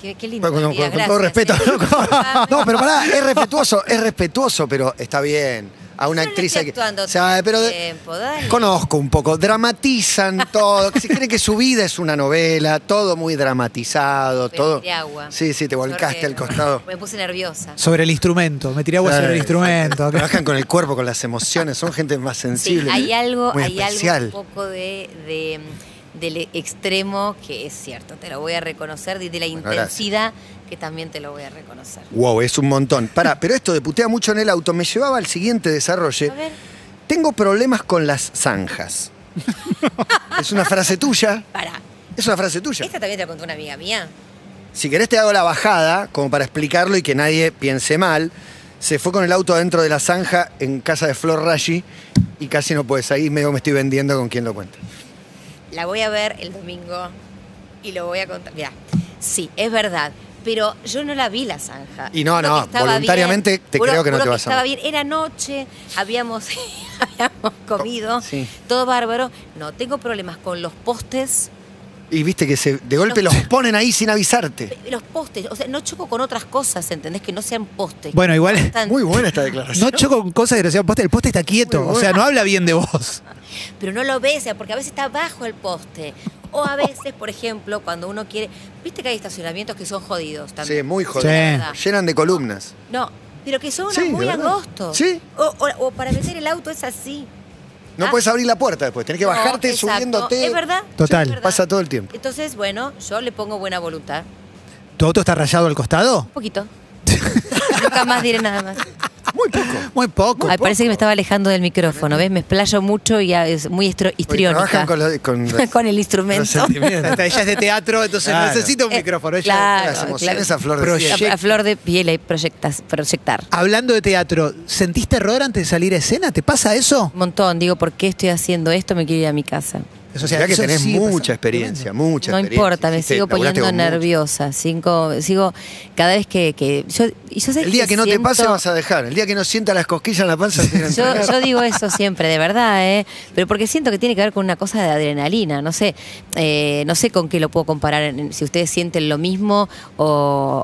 [SPEAKER 3] Qué, qué lindo.
[SPEAKER 2] Bueno, con,
[SPEAKER 3] amiga,
[SPEAKER 2] con- con todo respeto.
[SPEAKER 3] gracias, ¿eh?
[SPEAKER 2] no, pero pará, es respetuoso, es respetuoso, pero está bien. A una
[SPEAKER 3] Yo no
[SPEAKER 2] actriz
[SPEAKER 3] estoy
[SPEAKER 2] hay que.
[SPEAKER 3] actuando
[SPEAKER 2] o sea,
[SPEAKER 3] todo
[SPEAKER 2] pero
[SPEAKER 3] el
[SPEAKER 2] de-
[SPEAKER 3] tiempo, dale.
[SPEAKER 2] Conozco un poco, dramatizan todo. Se cree que su vida es una novela, todo muy dramatizado,
[SPEAKER 3] Me
[SPEAKER 2] todo.
[SPEAKER 3] tiré agua.
[SPEAKER 2] Sí, sí, te volcaste
[SPEAKER 3] Sorry,
[SPEAKER 2] al costado.
[SPEAKER 3] Me puse nerviosa.
[SPEAKER 4] Sobre el instrumento. Me tiré agua sobre el
[SPEAKER 2] Sí.
[SPEAKER 4] instrumento.
[SPEAKER 2] Trabajan con el cuerpo, con las emociones, son gente más
[SPEAKER 3] Sí,
[SPEAKER 2] sensible.
[SPEAKER 3] hay algo,
[SPEAKER 2] muy
[SPEAKER 3] hay
[SPEAKER 2] especial.
[SPEAKER 3] algo un poco de, de- del extremo que es cierto, te lo voy a reconocer, y de la
[SPEAKER 2] Bueno, gracias.
[SPEAKER 3] intensidad que también te lo voy a reconocer.
[SPEAKER 2] Wow, es un montón. Pará, pero esto de putea mucho en el auto me llevaba al siguiente desarrollo.
[SPEAKER 3] A ver.
[SPEAKER 2] Tengo problemas con las zanjas. Es una frase tuya.
[SPEAKER 3] Pará.
[SPEAKER 2] Es una frase tuya.
[SPEAKER 3] Esta también te la contó una amiga mía.
[SPEAKER 2] Si querés te hago la bajada, como para explicarlo y que nadie piense mal. Se fue con el auto adentro de la zanja en casa de Flor Rashi y casi no puedes ahí, medio me estoy vendiendo con quien lo cuenta.
[SPEAKER 3] La voy a ver el domingo y lo voy a contar. Mira, sí, es verdad. Pero yo no la vi la zanja.
[SPEAKER 2] Y no,
[SPEAKER 3] Juro
[SPEAKER 2] no,
[SPEAKER 3] que estaba
[SPEAKER 2] voluntariamente
[SPEAKER 3] bien.
[SPEAKER 2] te
[SPEAKER 3] Juro-
[SPEAKER 2] creo que no
[SPEAKER 3] juro
[SPEAKER 2] te vas a-
[SPEAKER 3] Estaba bien, era noche, habíamos, habíamos comido,
[SPEAKER 2] Oh, Sí.
[SPEAKER 3] todo bárbaro. No, tengo problemas con los postes.
[SPEAKER 2] Y viste que se, de golpe los ponen ahí sin avisarte.
[SPEAKER 3] Los postes, o sea, no choco con otras cosas, ¿entendés? Que no sean postes.
[SPEAKER 4] Bueno, igual.
[SPEAKER 3] Bastante.
[SPEAKER 2] Muy buena esta declaración.
[SPEAKER 4] No choco con cosas que no sean poste. El poste está quieto. O sea, no habla bien de vos.
[SPEAKER 3] pero no lo ves, porque a veces está bajo el poste. O a veces, por ejemplo, cuando uno quiere. Viste que hay estacionamientos que son jodidos también.
[SPEAKER 2] Sí, muy jodido.
[SPEAKER 4] jodido.
[SPEAKER 3] Sí.
[SPEAKER 2] Llenan de columnas.
[SPEAKER 3] No, pero que son unos
[SPEAKER 2] Sí, de
[SPEAKER 3] muy
[SPEAKER 2] verdad.
[SPEAKER 3] angostos.
[SPEAKER 2] Sí.
[SPEAKER 3] O, o- o para meter el auto es así.
[SPEAKER 2] No
[SPEAKER 3] Ah.
[SPEAKER 2] puedes abrir la puerta después, tenés que
[SPEAKER 3] No,
[SPEAKER 2] bajarte
[SPEAKER 3] exacto.
[SPEAKER 2] subiéndote.
[SPEAKER 3] Es verdad.
[SPEAKER 4] Total.
[SPEAKER 3] es verdad.
[SPEAKER 2] Pasa todo el tiempo.
[SPEAKER 3] Entonces, bueno, yo le pongo buena voluntad.
[SPEAKER 4] ¿Tu auto está rayado al costado?
[SPEAKER 3] Un poquito. Nunca más diré nada más.
[SPEAKER 2] Ah, Muy poco.
[SPEAKER 4] Muy poco.
[SPEAKER 3] Ay, parece que me estaba alejando del micrófono, ¿ves? Me explayo mucho y ah, es muy estro-
[SPEAKER 2] Porque
[SPEAKER 3] histriónica.
[SPEAKER 2] Trabajan con, la- con las-
[SPEAKER 3] Con el instrumento.
[SPEAKER 2] los sentimientos.
[SPEAKER 4] Ella es de teatro, entonces
[SPEAKER 2] Claro.
[SPEAKER 4] necesita un
[SPEAKER 3] Eh,
[SPEAKER 4] micrófono. Ella-
[SPEAKER 3] claro.
[SPEAKER 2] Las emociones a flor de
[SPEAKER 4] Proyecto.
[SPEAKER 2] piel.
[SPEAKER 3] A, a flor de piel y proyectas, proyectar.
[SPEAKER 4] Hablando de teatro, ¿sentiste error antes de salir a escena? ¿Te pasa eso?
[SPEAKER 3] Un montón, digo, ¿por qué estoy haciendo esto? Me quiero ir a mi casa.
[SPEAKER 4] Eso,
[SPEAKER 2] Mirá que
[SPEAKER 4] eso
[SPEAKER 2] tenés
[SPEAKER 4] sí pasa.
[SPEAKER 2] mucha experiencia, mucha
[SPEAKER 3] no
[SPEAKER 2] experiencia.
[SPEAKER 3] importa, me
[SPEAKER 2] Hiciste-
[SPEAKER 3] sigo
[SPEAKER 2] laburaste
[SPEAKER 3] poniendo
[SPEAKER 2] con mucho.
[SPEAKER 3] nerviosa. Cinco, sigo cada vez que, que yo, y yo sé
[SPEAKER 2] El día que no te
[SPEAKER 3] siento-
[SPEAKER 2] pase vas a dejar. El día que no sientas las cosquillas en la panza te van a
[SPEAKER 3] yo,
[SPEAKER 2] entregar.
[SPEAKER 3] yo digo eso siempre, de verdad, ¿eh? Pero porque siento que tiene que ver con una cosa de adrenalina, no sé, eh, no sé con qué lo puedo comparar, en- si ustedes sienten lo mismo o,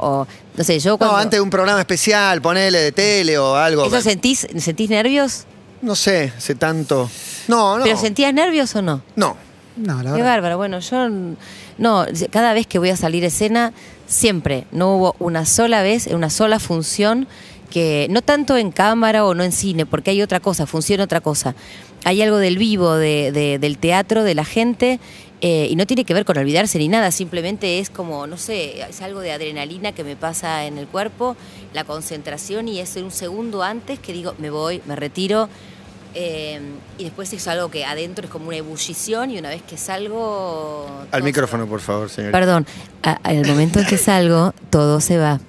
[SPEAKER 3] o- no sé, yo cuando...
[SPEAKER 2] No, antes de un programa especial, ponele de tele o algo.
[SPEAKER 3] ¿Eso sentís, sentís nervios?
[SPEAKER 2] No sé, sé tanto. No, no.
[SPEAKER 3] ¿Pero sentías nervios o no?
[SPEAKER 2] No.
[SPEAKER 4] No, la
[SPEAKER 3] Qué
[SPEAKER 4] verdad.
[SPEAKER 3] bárbaro. Bueno, yo n- no, cada vez que voy a salir a escena, siempre, no hubo una sola vez, en una sola función, que no tanto en cámara o no en cine, porque hay otra cosa, funciona otra cosa. Hay algo del vivo, de- de- del teatro, de la gente, eh, y no tiene que ver con olvidarse ni nada, simplemente es como, no sé, es algo de adrenalina que me pasa en el cuerpo, la concentración, y es un segundo antes que digo, me voy, me retiro, eh, y después es algo que adentro es como una ebullición y una vez que salgo... todo
[SPEAKER 2] Al
[SPEAKER 3] se
[SPEAKER 2] micrófono,
[SPEAKER 3] va.
[SPEAKER 2] por favor, señor.
[SPEAKER 3] Perdón, a- al momento en que salgo, todo se va.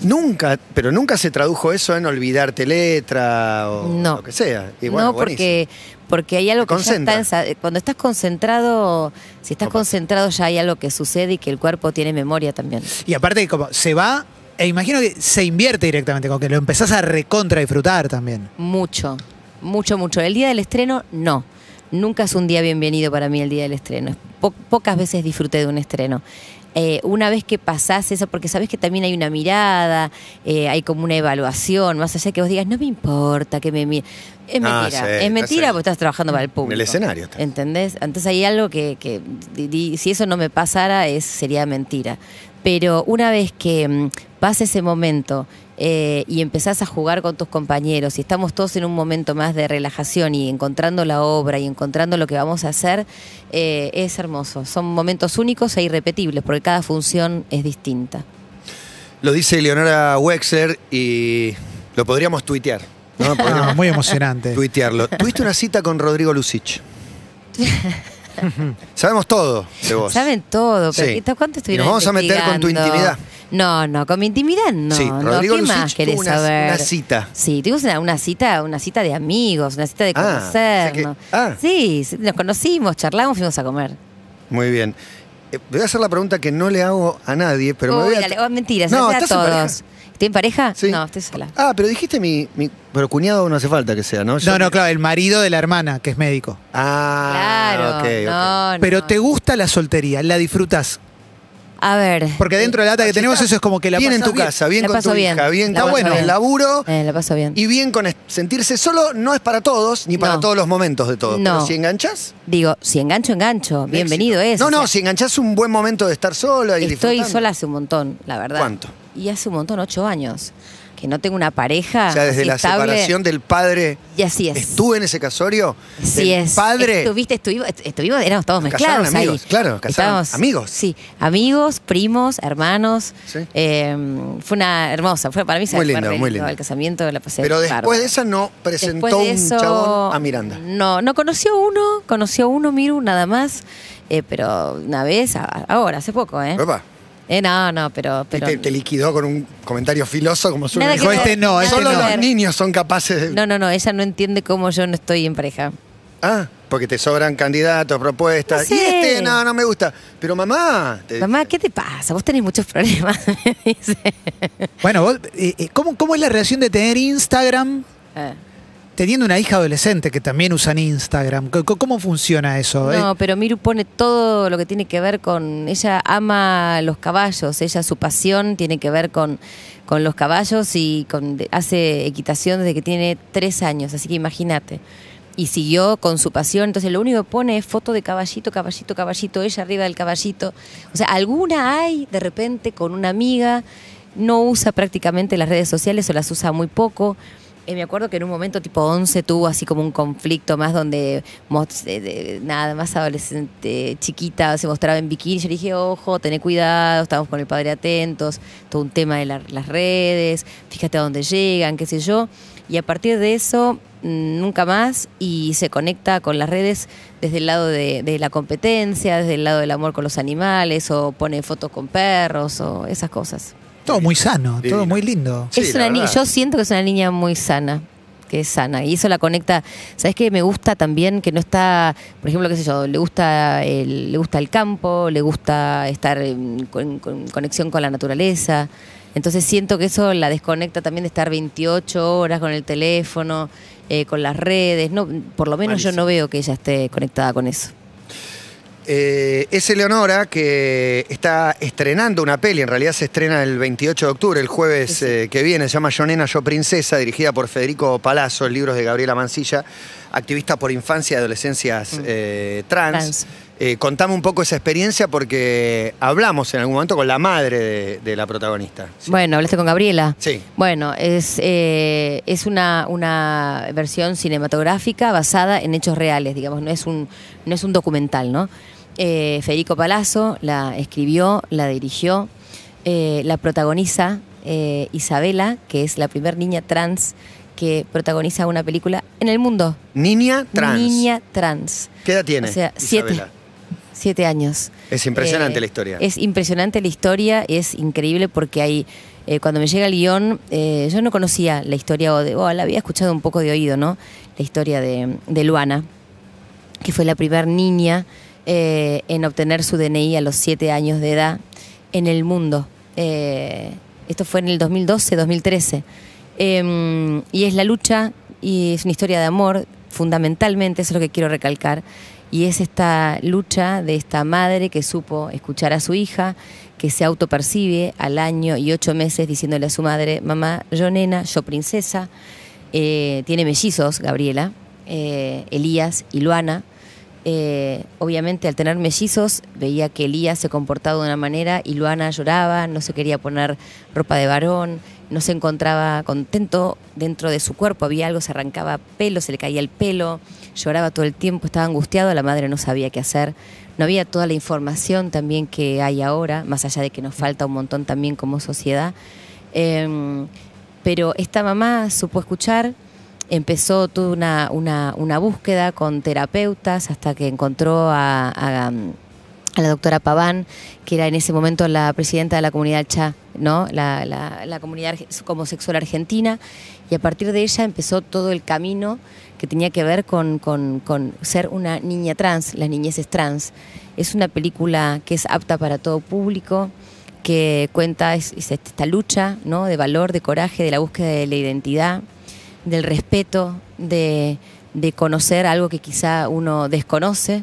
[SPEAKER 2] Nunca, pero nunca se tradujo eso en olvidarte letra o
[SPEAKER 3] No.
[SPEAKER 2] lo que sea. Y bueno,
[SPEAKER 3] no, porque, porque hay algo
[SPEAKER 2] Te
[SPEAKER 3] que ya está...
[SPEAKER 2] concentra.
[SPEAKER 3] ensa- Cuando estás concentrado, si estás
[SPEAKER 2] No pasa.
[SPEAKER 3] concentrado ya hay algo que sucede y que el cuerpo tiene memoria también.
[SPEAKER 4] Y aparte, como se va, e imagino que se invierte directamente, como que lo empezás a recontra disfrutar también.
[SPEAKER 3] Mucho, mucho, mucho. El día del estreno, no. Nunca es un día bienvenido para mí el día del estreno. Po- pocas veces disfruté de un estreno. Eh, una vez que pasás eso, porque sabes que también hay una mirada, eh, hay como una evaluación, más allá de que vos digas, no me importa que me mire. Es
[SPEAKER 2] Ah,
[SPEAKER 3] mentira,
[SPEAKER 2] sí,
[SPEAKER 3] es
[SPEAKER 2] estás
[SPEAKER 3] mentira
[SPEAKER 2] en-
[SPEAKER 3] porque estás trabajando para el público.
[SPEAKER 2] En el escenario estás.
[SPEAKER 3] ¿Entendés? Entonces hay algo que, que di- di- si eso no me pasara, es, sería mentira. Pero una vez que mm, pasa ese momento eh, y empezás a jugar con tus compañeros y estamos todos en un momento más de relajación y encontrando la obra y encontrando lo que vamos a hacer, eh, es hermoso. Son momentos únicos e irrepetibles porque cada función es distinta.
[SPEAKER 2] Lo dice Leonora Wexler y lo podríamos tuitear. ¿no? Podríamos
[SPEAKER 4] Ah, muy emocionante.
[SPEAKER 2] tuitearlo. Tuviste una cita con Rodrigo Lucich. Sabemos todo de vos.
[SPEAKER 3] Saben todo, pero
[SPEAKER 2] Sí.
[SPEAKER 3] ¿qué- ¿cuánto estuvieron
[SPEAKER 2] Y nos vamos a meter con tu
[SPEAKER 3] investigando?
[SPEAKER 2] intimidad.
[SPEAKER 3] No, no, con mi intimidad no.
[SPEAKER 2] Sí,
[SPEAKER 3] no,
[SPEAKER 2] Rodrigo
[SPEAKER 3] ¿Qué
[SPEAKER 2] Lucich
[SPEAKER 3] más
[SPEAKER 2] tuvo
[SPEAKER 3] querés
[SPEAKER 2] una-
[SPEAKER 3] saber?
[SPEAKER 2] una cita.
[SPEAKER 3] Sí, tuvimos una, una cita, una cita de amigos, una cita de
[SPEAKER 2] Ah,
[SPEAKER 3] conocernos.
[SPEAKER 2] o sea que- ah.
[SPEAKER 3] Sí, sí, nos conocimos, charlamos, fuimos a comer.
[SPEAKER 2] Muy bien. Eh, voy a hacer la pregunta que no le hago a nadie, pero me
[SPEAKER 3] Uy,
[SPEAKER 2] voy a.
[SPEAKER 3] dale, oh, mentira, se
[SPEAKER 2] No,
[SPEAKER 3] la hace a
[SPEAKER 2] ¿estás en
[SPEAKER 3] todos. ¿Estoy en pareja?
[SPEAKER 2] Sí.
[SPEAKER 3] No, estoy sola.
[SPEAKER 2] Ah, pero dijiste mi, mi- Pero cuñado no hace falta que sea, ¿no? Yo-
[SPEAKER 4] No, no, claro, el marido de la hermana, que es médico.
[SPEAKER 2] Ah,
[SPEAKER 3] claro.
[SPEAKER 2] ok, ok.
[SPEAKER 3] no,
[SPEAKER 4] Pero
[SPEAKER 3] no.
[SPEAKER 4] te gusta la soltería, la disfrutás.
[SPEAKER 3] A ver.
[SPEAKER 4] Porque dentro de la data que Eh, tenemos, eso es como que la
[SPEAKER 2] bien en
[SPEAKER 4] pasás
[SPEAKER 2] tu casa, bien
[SPEAKER 3] La
[SPEAKER 2] con
[SPEAKER 3] paso
[SPEAKER 2] tu
[SPEAKER 3] bien,
[SPEAKER 2] hija, bien
[SPEAKER 3] la
[SPEAKER 2] con
[SPEAKER 3] paso
[SPEAKER 2] bueno, el
[SPEAKER 3] bien.
[SPEAKER 2] laburo
[SPEAKER 3] Eh, la paso bien.
[SPEAKER 2] y bien con es- sentirse solo no es para todos ni para
[SPEAKER 3] No.
[SPEAKER 2] todos los momentos de todo.
[SPEAKER 3] No.
[SPEAKER 2] Pero si enganchás,
[SPEAKER 3] Digo, si engancho, engancho. Bienvenido
[SPEAKER 2] éxito.
[SPEAKER 3] es.
[SPEAKER 2] No,
[SPEAKER 3] o
[SPEAKER 2] no,
[SPEAKER 3] sea,
[SPEAKER 2] si enganchás un buen momento de estar sola y
[SPEAKER 3] Estoy
[SPEAKER 2] disfrutando.
[SPEAKER 3] sola hace un montón, la verdad.
[SPEAKER 2] ¿Cuánto?
[SPEAKER 3] Y hace un montón, ocho años. que no tengo una pareja.
[SPEAKER 2] o sea, desde
[SPEAKER 3] así
[SPEAKER 2] la
[SPEAKER 3] estable.
[SPEAKER 2] separación del padre.
[SPEAKER 3] Y así es.
[SPEAKER 2] Estuve en ese casorio.
[SPEAKER 3] Sí
[SPEAKER 2] del
[SPEAKER 3] es.
[SPEAKER 2] Padre.
[SPEAKER 3] Estuviste, estuvimos, est- estuvimos, éramos todos
[SPEAKER 2] Nos
[SPEAKER 3] mezclados
[SPEAKER 2] casaron amigos,
[SPEAKER 3] ahí.
[SPEAKER 2] claro, nos casaron amigos.
[SPEAKER 3] Sí, amigos, primos, hermanos.
[SPEAKER 2] Sí.
[SPEAKER 3] Eh, fue una hermosa, fue para mí se
[SPEAKER 2] Muy
[SPEAKER 3] fue
[SPEAKER 2] lindo,
[SPEAKER 3] re
[SPEAKER 2] muy lindo.
[SPEAKER 3] El casamiento la pasé
[SPEAKER 2] Pero después
[SPEAKER 3] bárbaro.
[SPEAKER 2] de esa no
[SPEAKER 3] Después
[SPEAKER 2] presentó
[SPEAKER 3] de
[SPEAKER 2] un
[SPEAKER 3] eso, ¿eh?
[SPEAKER 2] chabón a Miranda.
[SPEAKER 3] No, no conoció uno, conoció uno, Miru, nada más. Eh, pero una vez, a- ahora, hace poco, ¿eh?
[SPEAKER 2] Opa.
[SPEAKER 3] Eh, no, no, pero.
[SPEAKER 2] Y
[SPEAKER 3] pero
[SPEAKER 2] te, te liquidó con un comentario filoso como su
[SPEAKER 3] Nada que
[SPEAKER 4] Dijo,
[SPEAKER 3] ver,
[SPEAKER 4] este no,
[SPEAKER 3] nada
[SPEAKER 4] este
[SPEAKER 3] que
[SPEAKER 2] Solo
[SPEAKER 4] no.
[SPEAKER 2] los
[SPEAKER 3] ver.
[SPEAKER 2] niños son capaces de.
[SPEAKER 3] No, no, no, ella no entiende cómo yo no estoy en pareja.
[SPEAKER 2] Ah, porque te sobran candidatos, propuestas.
[SPEAKER 3] No sé.
[SPEAKER 2] Y este, no, no me gusta. Pero mamá. te-
[SPEAKER 3] Mamá, ¿qué te pasa? Vos tenés muchos problemas. me dice.
[SPEAKER 4] Bueno, vos, eh, eh, ¿cómo, ¿cómo es la relación de tener Instagram
[SPEAKER 3] Ah.
[SPEAKER 4] teniendo una hija adolescente que también usan Instagram? ¿Cómo, cómo funciona eso? eh?
[SPEAKER 3] No, pero Miru pone todo lo que tiene que ver con. Ella ama los caballos, ella su pasión tiene que ver con, con los caballos y con, de- hace equitación desde que tiene tres años, así que imagínate. Y siguió con su pasión, entonces lo único que pone es foto de caballito, caballito, caballito, ella arriba del caballito. O sea, alguna hay de repente con una amiga, no usa prácticamente las redes sociales o las usa muy poco. Eh, me acuerdo que en un momento tipo 11 tuvo así como un conflicto más donde mos- eh, de- nada más adolescente, chiquita, se mostraba en bikini. Yo le dije, ojo, tené cuidado, estamos con el padre atentos, todo un tema de la- las redes, fíjate a dónde llegan, qué sé yo. Y a partir de eso, mm, nunca más, y se conecta con las redes desde el lado de, de la competencia, desde el lado del amor con los animales, o pone fotos con perros, o esas cosas.
[SPEAKER 4] Todo muy sano,
[SPEAKER 2] Divino.
[SPEAKER 4] todo muy lindo.
[SPEAKER 2] Sí,
[SPEAKER 3] es
[SPEAKER 2] la
[SPEAKER 3] una ni-
[SPEAKER 2] verdad.
[SPEAKER 3] yo siento que es una niña muy sana, que es sana. Y eso la conecta. ¿Sabes qué? Me gusta también que no está, por ejemplo, qué sé yo, le gusta el, le gusta el campo, le gusta estar en, con- con conexión con la naturaleza. Entonces siento que eso la desconecta también de estar 28 horas con el teléfono, eh, con las redes. No, por lo menos yo
[SPEAKER 2] Malísimo.
[SPEAKER 3] no veo que ella esté conectada con eso.
[SPEAKER 2] Eh, es Eleonora que está estrenando una peli, en realidad se estrena el 28 de octubre, el jueves
[SPEAKER 3] Sí, sí.
[SPEAKER 2] eh, que viene, se llama Yo Nena, Yo Princesa, dirigida por Federico Palazzo, libros de Gabriela Mancilla, activista por infancia y adolescencias eh, trans.
[SPEAKER 3] Mm. Trans.
[SPEAKER 2] Eh, contame un poco esa experiencia porque hablamos en algún momento con la madre de, de la protagonista.
[SPEAKER 3] Bueno, hablaste con Gabriela.
[SPEAKER 2] Sí.
[SPEAKER 3] Bueno, es, eh, es una, una versión cinematográfica basada en hechos reales, digamos, no es un, no es un documental, ¿no? Eh, Federico Palazzo la escribió, la dirigió, eh, la protagoniza eh, Isabela, que es la primer niña trans que protagoniza una película en el mundo.
[SPEAKER 2] Niña trans.
[SPEAKER 3] Niña trans.
[SPEAKER 2] ¿Qué edad tiene?
[SPEAKER 3] O sea, siete.
[SPEAKER 2] Isabela?
[SPEAKER 3] Siete años.
[SPEAKER 2] Es impresionante
[SPEAKER 3] Eh,
[SPEAKER 2] la historia.
[SPEAKER 3] Es impresionante la historia, es increíble porque hay. eh, cuando me llega el guión, eh, yo no conocía la historia, o de, oh, la había escuchado un poco de oído, ¿no? La historia de, de Luana, que fue la primera niña eh, en obtener su DNI a los siete años de edad en el mundo. Eh, esto fue en el 2012, 2013. Eh, y es la lucha y es una historia de amor, fundamentalmente, eso es lo que quiero recalcar. Y es esta lucha de esta madre que supo escuchar a su hija, que se autopercibe al año y ocho meses diciéndole a su madre, mamá, yo nena, yo princesa. Eh, tiene mellizos, Gabriela, eh, Elías y Luana. Eh, obviamente al tener mellizos veía que Elías se comportaba de una manera y Luana lloraba, no se quería poner ropa de varón, no se encontraba contento dentro de su cuerpo, había algo, se arrancaba pelo, se le caía el pelo, lloraba todo el tiempo, estaba angustiado, la madre no sabía qué hacer, no había toda la información también que hay ahora, más allá de que nos falta un montón también como sociedad. Eh, pero esta mamá supo escuchar, empezó toda una, una- una búsqueda con terapeutas hasta que encontró a, a- a la doctora Paván, que era en ese momento la presidenta de la comunidad Cha, ¿no? la, la- la comunidad arge- homosexual argentina, y a partir de ella empezó todo el camino que tenía que ver con, con- con ser una niña trans, las niñeces trans. Es una película que es apta para todo público que cuenta es- es esta lucha ¿no? de valor, de coraje, de la búsqueda de la identidad, del respeto, de, de conocer algo que quizá uno desconoce,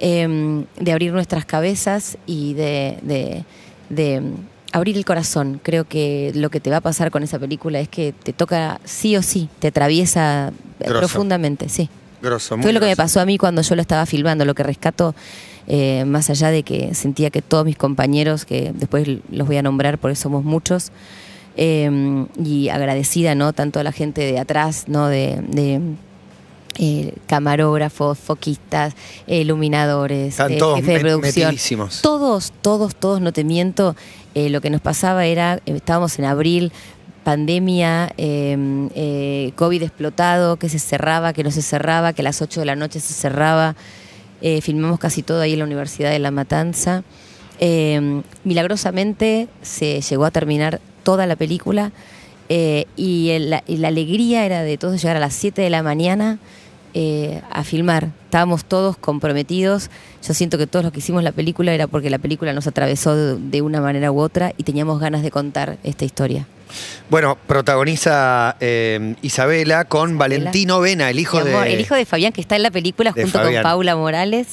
[SPEAKER 3] em, de abrir nuestras cabezas y de, de- de, em, abrir el corazón. Creo que lo que te va a pasar con esa película es que te toca sí o sí, te atraviesa
[SPEAKER 2] Grosso.
[SPEAKER 3] profundamente, sí.
[SPEAKER 2] Grosso, muy
[SPEAKER 3] Fue lo que me
[SPEAKER 2] grosso.
[SPEAKER 3] pasó a mí cuando yo lo estaba filmando, lo que rescato, eh, más allá de que sentía que todos mis compañeros, que después los voy a nombrar porque somos muchos, eh, y agradecida, ¿no? Tanto a la gente de atrás, ¿no? De, de, eh, camarógrafos, foquistas, eh, iluminadores,
[SPEAKER 2] Están
[SPEAKER 3] eh,
[SPEAKER 2] todos
[SPEAKER 3] jefe de
[SPEAKER 2] met-
[SPEAKER 3] producción.
[SPEAKER 2] metidísimos.
[SPEAKER 3] Todos, todos, todos, no te miento, eh, lo que nos pasaba era, eh, estábamos en abril, pandemia, eh, eh, COVID explotado, que se cerraba, que no se cerraba, que a las 8 de la noche se cerraba. Eh, filmamos casi todo ahí en la Universidad de La Matanza. Eh, milagrosamente se llegó a terminar toda la película eh, y, el- la, y la alegría era de todos llegar a las 7 de la mañana eh, a filmar. Estábamos todos comprometidos. Yo siento que todos los que hicimos la película era porque la película nos atravesó de, de una manera u otra y teníamos ganas de contar esta historia.
[SPEAKER 2] Bueno, protagoniza eh, Isabela con Valentino Vena, el hijo
[SPEAKER 3] Mi amor,
[SPEAKER 2] de
[SPEAKER 3] el hijo de Fabián que está en la película
[SPEAKER 2] de
[SPEAKER 3] junto
[SPEAKER 2] Fabián.
[SPEAKER 3] con Paula Morales.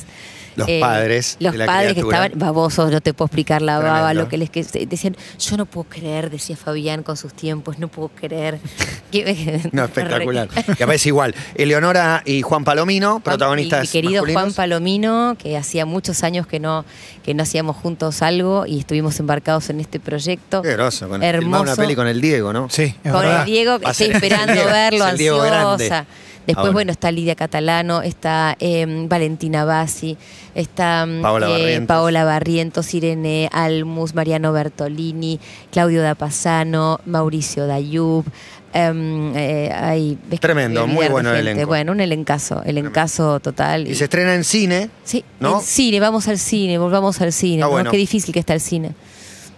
[SPEAKER 2] los
[SPEAKER 3] Eh,
[SPEAKER 2] padres.
[SPEAKER 3] Los
[SPEAKER 2] de la
[SPEAKER 3] padres
[SPEAKER 2] criatura.
[SPEAKER 3] que estaban babosos, no te puedo explicar la baba,
[SPEAKER 2] Tremendo.
[SPEAKER 3] lo que les que decían, yo no puedo creer, decía Fabián con sus tiempos, no puedo creer. Que-
[SPEAKER 2] No, espectacular. Y aparece igual. Eleonora y Juan Palomino,
[SPEAKER 3] Juan-
[SPEAKER 2] protagonistas.
[SPEAKER 3] Mi querido
[SPEAKER 2] masculinos.
[SPEAKER 3] Juan Palomino, que hacía muchos años que no, que no hacíamos juntos algo y estuvimos embarcados en este proyecto.
[SPEAKER 2] Qué groso, bueno,
[SPEAKER 3] Hermoso.
[SPEAKER 2] filmaba una peli con el Diego, ¿no?
[SPEAKER 4] Sí, es
[SPEAKER 3] con
[SPEAKER 4] verdad.
[SPEAKER 3] el Diego,
[SPEAKER 2] Va a
[SPEAKER 3] estoy
[SPEAKER 2] ser-
[SPEAKER 3] esperando
[SPEAKER 2] el Diego,
[SPEAKER 3] verlo,
[SPEAKER 2] es el Diego grande. Ah,
[SPEAKER 3] ansiosa. Después,
[SPEAKER 2] Ahora.
[SPEAKER 3] bueno, está Lidia Catalano, está eh, Valentina Bassi, está mm,
[SPEAKER 2] Paola
[SPEAKER 3] eh,
[SPEAKER 2] Barrientos.
[SPEAKER 3] Paola Barrientos, Irene Almus, Mariano Bertolini, Claudio Dapasano, Mauricio Dayub. em, eh, ay, ves que
[SPEAKER 2] Tremendo,
[SPEAKER 3] me
[SPEAKER 2] muy
[SPEAKER 3] olvidar de
[SPEAKER 2] bueno el
[SPEAKER 3] gente.
[SPEAKER 2] elenco.
[SPEAKER 3] Bueno, un elencazo, elencazo total.
[SPEAKER 2] Y
[SPEAKER 3] y-
[SPEAKER 2] se estrena en cine.
[SPEAKER 3] Sí,
[SPEAKER 2] ¿No?
[SPEAKER 3] el cine, vamos al cine, volvamos al cine.
[SPEAKER 2] Ah,
[SPEAKER 3] ¿no?
[SPEAKER 2] bueno.
[SPEAKER 3] Qué difícil que está el cine.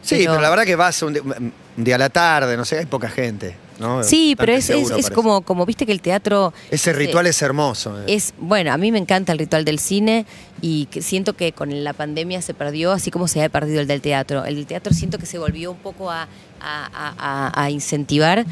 [SPEAKER 2] Sí, pero, la verdad que vas un, di- un día a la tarde, no sé, hay poca gente. ¿no?
[SPEAKER 3] Sí, pero
[SPEAKER 2] Bastante
[SPEAKER 3] es, es-
[SPEAKER 2] seguro,
[SPEAKER 3] es
[SPEAKER 2] parece.
[SPEAKER 3] como, como viste que el teatro.
[SPEAKER 2] Ese
[SPEAKER 3] no sé,
[SPEAKER 2] ritual es hermoso. eh.
[SPEAKER 3] es bueno, a mí me encanta el ritual del cine y que siento que con la pandemia se perdió, así como se había perdido el del teatro. El del teatro siento que se volvió un poco a, a- a- a- a incentivar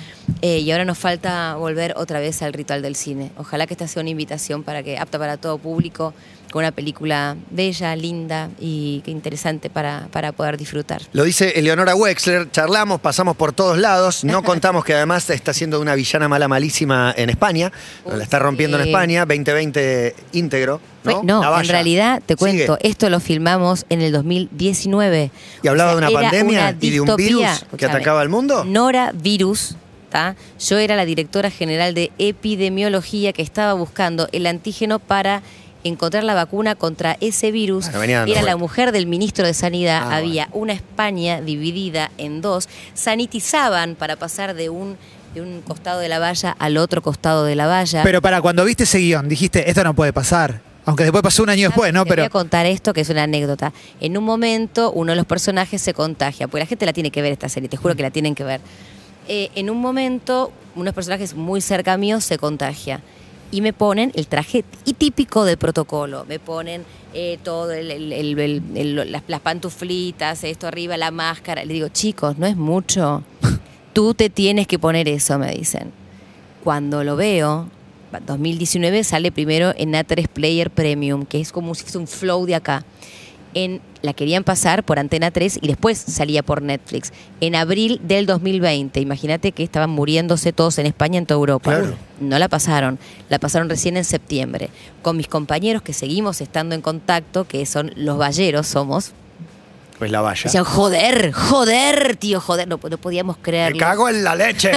[SPEAKER 3] eh, y ahora nos falta volver otra vez al ritual del cine. Ojalá que esta sea una invitación para que apta para todo público, con una película bella, linda y que interesante para, para poder disfrutar.
[SPEAKER 2] Lo dice Eleonora Wexler, charlamos, pasamos por todos lados, no contamos que además está siendo una villana mala malísima en España,
[SPEAKER 3] Uy,
[SPEAKER 2] la está rompiendo en
[SPEAKER 3] sí.
[SPEAKER 2] España, 2020 íntegro,
[SPEAKER 3] Fue-
[SPEAKER 2] ¿no?
[SPEAKER 3] no, en
[SPEAKER 2] Navalla.
[SPEAKER 3] realidad te
[SPEAKER 2] Sigue.
[SPEAKER 3] cuento, esto lo filmamos en el 2019.
[SPEAKER 2] Y hablaba de una
[SPEAKER 3] era
[SPEAKER 2] pandemia
[SPEAKER 3] una
[SPEAKER 2] y de un virus
[SPEAKER 3] distopía.
[SPEAKER 2] que
[SPEAKER 3] Escuchame,
[SPEAKER 2] atacaba al mundo.
[SPEAKER 3] Nora Virus, ¿tá? yo era la directora general de epidemiología que estaba buscando el antígeno para encontrar la vacuna contra ese virus.
[SPEAKER 2] Bueno, venía dando
[SPEAKER 3] era la
[SPEAKER 2] vueltas.
[SPEAKER 3] mujer del ministro de Sanidad.
[SPEAKER 2] Ah,
[SPEAKER 3] Había una España dividida en dos. Sanitizaban para pasar de un, de un costado de la valla al otro costado de la valla.
[SPEAKER 4] Pero para cuando viste ese guión, dijiste, esto no puede pasar. Aunque después pasó un año después, ¿no?
[SPEAKER 3] Te voy
[SPEAKER 4] Pero
[SPEAKER 3] a contar esto, que es una anécdota. En un momento, uno de los personajes se contagia, porque la gente la tiene que ver esta serie, te juro que la tienen que ver. Eh, en un momento, unos personajes muy cerca mío se contagia. Y me ponen el traje y típico del protocolo. Me ponen eh, todo, el- el- el- el- el- las, las pantuflitas, esto arriba, la máscara. Le digo, chicos, no es mucho. Tú te tienes que poner eso, me dicen. Cuando lo veo, 2019 sale primero en A3 Player Premium, que es como si fuese un flow de acá. En, la querían pasar por Antena 3 y después salía por Netflix. En abril del 2020, imagínate que estaban muriéndose todos en España, en toda Europa.
[SPEAKER 2] Claro.
[SPEAKER 3] No la pasaron, la pasaron recién en septiembre. Con mis compañeros que seguimos estando en contacto, que son los valleros somos,
[SPEAKER 2] Pues la valla.
[SPEAKER 3] decían, joder, joder, tío, joder, no, no podíamos
[SPEAKER 2] Me
[SPEAKER 3] creerlo.
[SPEAKER 2] cago en la leche.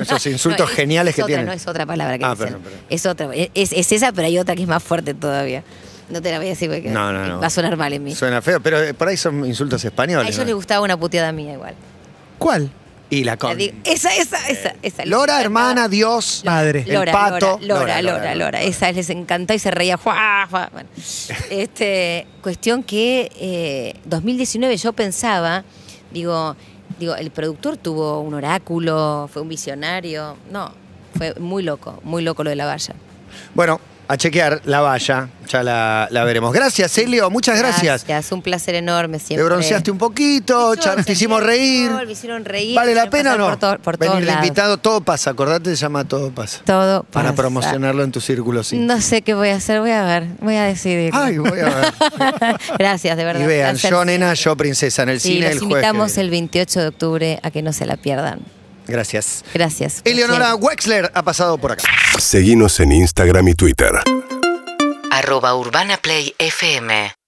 [SPEAKER 2] Esos insultos
[SPEAKER 3] No, es-
[SPEAKER 2] geniales
[SPEAKER 3] es
[SPEAKER 2] que
[SPEAKER 3] otra,
[SPEAKER 2] tienen.
[SPEAKER 3] No, es otra palabra que
[SPEAKER 2] Ah,
[SPEAKER 3] dicen.
[SPEAKER 2] perdón, perdón.
[SPEAKER 3] Es otra. Es, es esa, pero hay otra que es más fuerte todavía. No te la voy a decir porque
[SPEAKER 2] No, no, no.
[SPEAKER 3] va a sonar mal en mí.
[SPEAKER 2] Suena feo, pero eh, por ahí son insultos
[SPEAKER 3] a
[SPEAKER 2] españoles.
[SPEAKER 3] ellos
[SPEAKER 2] ¿no?
[SPEAKER 3] les gustaba una puteada mía igual.
[SPEAKER 4] ¿cuál?
[SPEAKER 2] Y la
[SPEAKER 3] La
[SPEAKER 2] con.
[SPEAKER 3] digo, esa, esa, esa, esa.
[SPEAKER 2] Lora, hermana, Dios.
[SPEAKER 4] Padre.
[SPEAKER 2] el
[SPEAKER 3] Lora,
[SPEAKER 2] pato.
[SPEAKER 3] Lora, Lora, Lora, Lora, Esa les encantó y se reía. ¡Juá, juá! Bueno, este, cuestión que eh, 2019 yo pensaba, digo, digo, el productor tuvo un oráculo, fue un visionario. No, fue muy loco, muy loco lo de la valla.
[SPEAKER 2] Bueno, a chequear la valla, ya la, la veremos. Gracias, Elio, muchas gracias.
[SPEAKER 3] un placer enorme siempre.
[SPEAKER 2] Te bronceaste un poquito,
[SPEAKER 3] Sí,
[SPEAKER 2] char-
[SPEAKER 3] yo
[SPEAKER 2] te hicimos
[SPEAKER 3] sentí el
[SPEAKER 2] reír.
[SPEAKER 3] sol, me hicieron reír,
[SPEAKER 2] ¿Vale
[SPEAKER 3] me
[SPEAKER 2] la
[SPEAKER 3] hicieron
[SPEAKER 2] pena o
[SPEAKER 3] pasar
[SPEAKER 2] no?
[SPEAKER 3] por todo- por
[SPEAKER 2] Venir
[SPEAKER 3] todos
[SPEAKER 2] de
[SPEAKER 3] lados.
[SPEAKER 2] invitado, todo pasa, acordate, se llama Todo Pasa.
[SPEAKER 3] Todo
[SPEAKER 2] Para
[SPEAKER 3] pasa.
[SPEAKER 2] promocionarlo en tu círculo, sí.
[SPEAKER 3] No sé qué voy a hacer, voy a ver, voy a decidir.
[SPEAKER 2] Ay, voy a ver.
[SPEAKER 3] Gracias, de verdad.
[SPEAKER 2] Y vean,
[SPEAKER 3] placer
[SPEAKER 2] yo nena,
[SPEAKER 3] siempre.
[SPEAKER 2] yo princesa, en el
[SPEAKER 3] Sí,
[SPEAKER 2] cine
[SPEAKER 3] los
[SPEAKER 2] el jueves. que
[SPEAKER 3] invitamos
[SPEAKER 2] viene.
[SPEAKER 3] el 28 de octubre a que no se la pierdan.
[SPEAKER 2] Gracias.
[SPEAKER 3] Gracias. por
[SPEAKER 2] Eleonora
[SPEAKER 3] siempre.
[SPEAKER 2] Wexler ha pasado por acá.
[SPEAKER 1] Seguinos en Instagram y Twitter.
[SPEAKER 5] arroba Urbana Play FM